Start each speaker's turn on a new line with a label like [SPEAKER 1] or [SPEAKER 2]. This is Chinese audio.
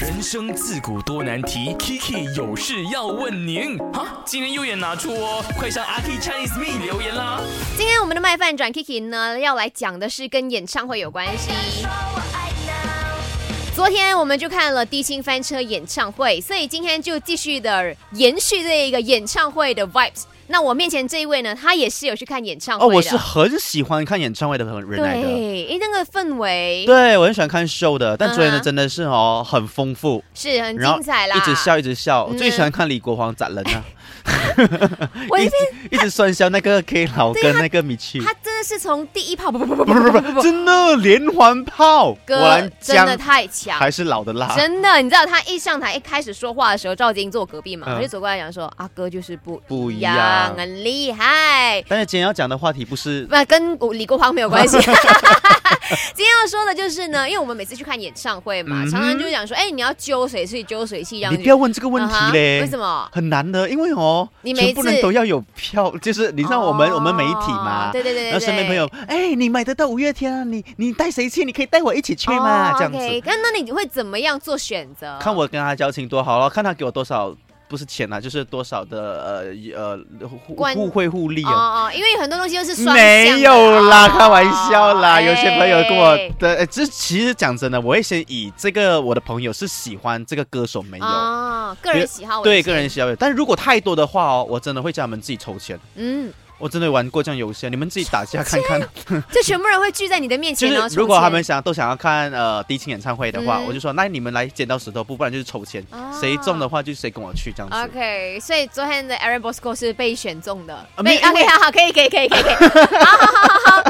[SPEAKER 1] 人生自古多难题，Kiki 有事要问您。哈，今天右眼拿出哦，快上阿 K Chinese Me 留言啦。
[SPEAKER 2] 今天我们的麦饭转 Kiki 呢，要来讲的是跟演唱会有关系。昨天我们就看了地心翻车演唱会，所以今天就继续的延续这一个演唱会的 vibes。那我面前这一位呢，他也是有去看演唱会
[SPEAKER 3] 哦，
[SPEAKER 2] 的。
[SPEAKER 3] 我是很喜欢看演唱会的人来的。
[SPEAKER 2] 对，哎诶，那个氛围
[SPEAKER 3] 对，我很喜欢看 show 的，但昨天
[SPEAKER 2] 嗯
[SPEAKER 3] 呢
[SPEAKER 2] 哼
[SPEAKER 3] 真的是哦很丰富，
[SPEAKER 2] 是很
[SPEAKER 3] 然后
[SPEAKER 2] 精彩啦，
[SPEAKER 3] 一直笑一直笑，我
[SPEAKER 2] 嗯
[SPEAKER 3] 最喜欢看李国煌斩人啊，
[SPEAKER 2] 我一
[SPEAKER 3] 一直一直酸笑那 个 K 老跟那个米奇，
[SPEAKER 2] 他真的是从第一炮，不不不不不不不不不，
[SPEAKER 3] 真的连环炮，果
[SPEAKER 2] 哥
[SPEAKER 3] 然
[SPEAKER 2] 真的
[SPEAKER 3] 姜
[SPEAKER 2] 太强，
[SPEAKER 3] 还是老的辣，
[SPEAKER 2] 真的，你知道他一上台一开始说话的时候，赵晶坐我隔壁嘛，
[SPEAKER 3] 嗯
[SPEAKER 2] 我就走过来讲说：“阿哥就是不
[SPEAKER 3] 不
[SPEAKER 2] 一
[SPEAKER 3] 一
[SPEAKER 2] 样，
[SPEAKER 3] 样
[SPEAKER 2] 很厉 害。”
[SPEAKER 3] 但是今天要讲的话题不是
[SPEAKER 2] 那跟 我李国煌没有 关系。今天要说的就是呢， 因为我们每次去看演唱会嘛，
[SPEAKER 3] 嗯哼
[SPEAKER 2] 常常就讲说：“哎，你要揪谁去揪谁去这样
[SPEAKER 3] 你
[SPEAKER 2] 子。”
[SPEAKER 3] 不要问这个问题
[SPEAKER 2] 嗯
[SPEAKER 3] 嘞，
[SPEAKER 2] 哼为什么？
[SPEAKER 3] 很难的，因为哦，
[SPEAKER 2] 你每一
[SPEAKER 3] 全部人
[SPEAKER 2] 次
[SPEAKER 3] 都要有票，就是你像我们、我们媒体嘛，
[SPEAKER 2] 哦对对对对
[SPEAKER 3] 然后身边朋友，哎，你买得到五月天啊？你你带谁去？你可以带我一起去嘛，
[SPEAKER 2] 哦
[SPEAKER 3] 这样子。
[SPEAKER 2] OK，那那你会怎么样做选择？
[SPEAKER 3] 看我跟他交情多好了，看他给我多少，不是钱啊，就是多少的呃呃互
[SPEAKER 2] 关
[SPEAKER 3] 互惠互利
[SPEAKER 2] 哦
[SPEAKER 3] 啊。
[SPEAKER 2] 哦，因为很多东西都是双向的
[SPEAKER 3] 没有啦，
[SPEAKER 2] 哦
[SPEAKER 3] 开玩笑啦。有些朋友跟我
[SPEAKER 2] 哎
[SPEAKER 3] 的，呃这其实讲真的，我会先以这个我的朋友是喜欢这个歌手没有，
[SPEAKER 2] 哦，个人喜好为
[SPEAKER 3] 对
[SPEAKER 2] 先
[SPEAKER 3] 个人喜好有，但如果太多的话哦，我真的会叫他们自己抽签。
[SPEAKER 2] 嗯，
[SPEAKER 3] 我真的玩过这样游戏，你们自己打
[SPEAKER 2] 哦
[SPEAKER 3] 架看啊看。
[SPEAKER 2] 就全部人会聚在你的面
[SPEAKER 3] 就
[SPEAKER 2] 前，然后
[SPEAKER 3] 是
[SPEAKER 2] 抽
[SPEAKER 3] 如果
[SPEAKER 2] 签
[SPEAKER 3] 他们想都想要看呃迪青演唱会的话，
[SPEAKER 2] 嗯
[SPEAKER 3] 我就说那你们来剪刀石头布，不然就是抽签，
[SPEAKER 2] 啊
[SPEAKER 3] 谁中的话就谁跟我去这样子。
[SPEAKER 2] OK，所以昨天的 Aaron Bosco 是被选中的，
[SPEAKER 3] 啊
[SPEAKER 2] 被
[SPEAKER 3] 没有因
[SPEAKER 2] OK，
[SPEAKER 3] 为
[SPEAKER 2] 好好，可以，可以，可以，可以，可以，好好好好好，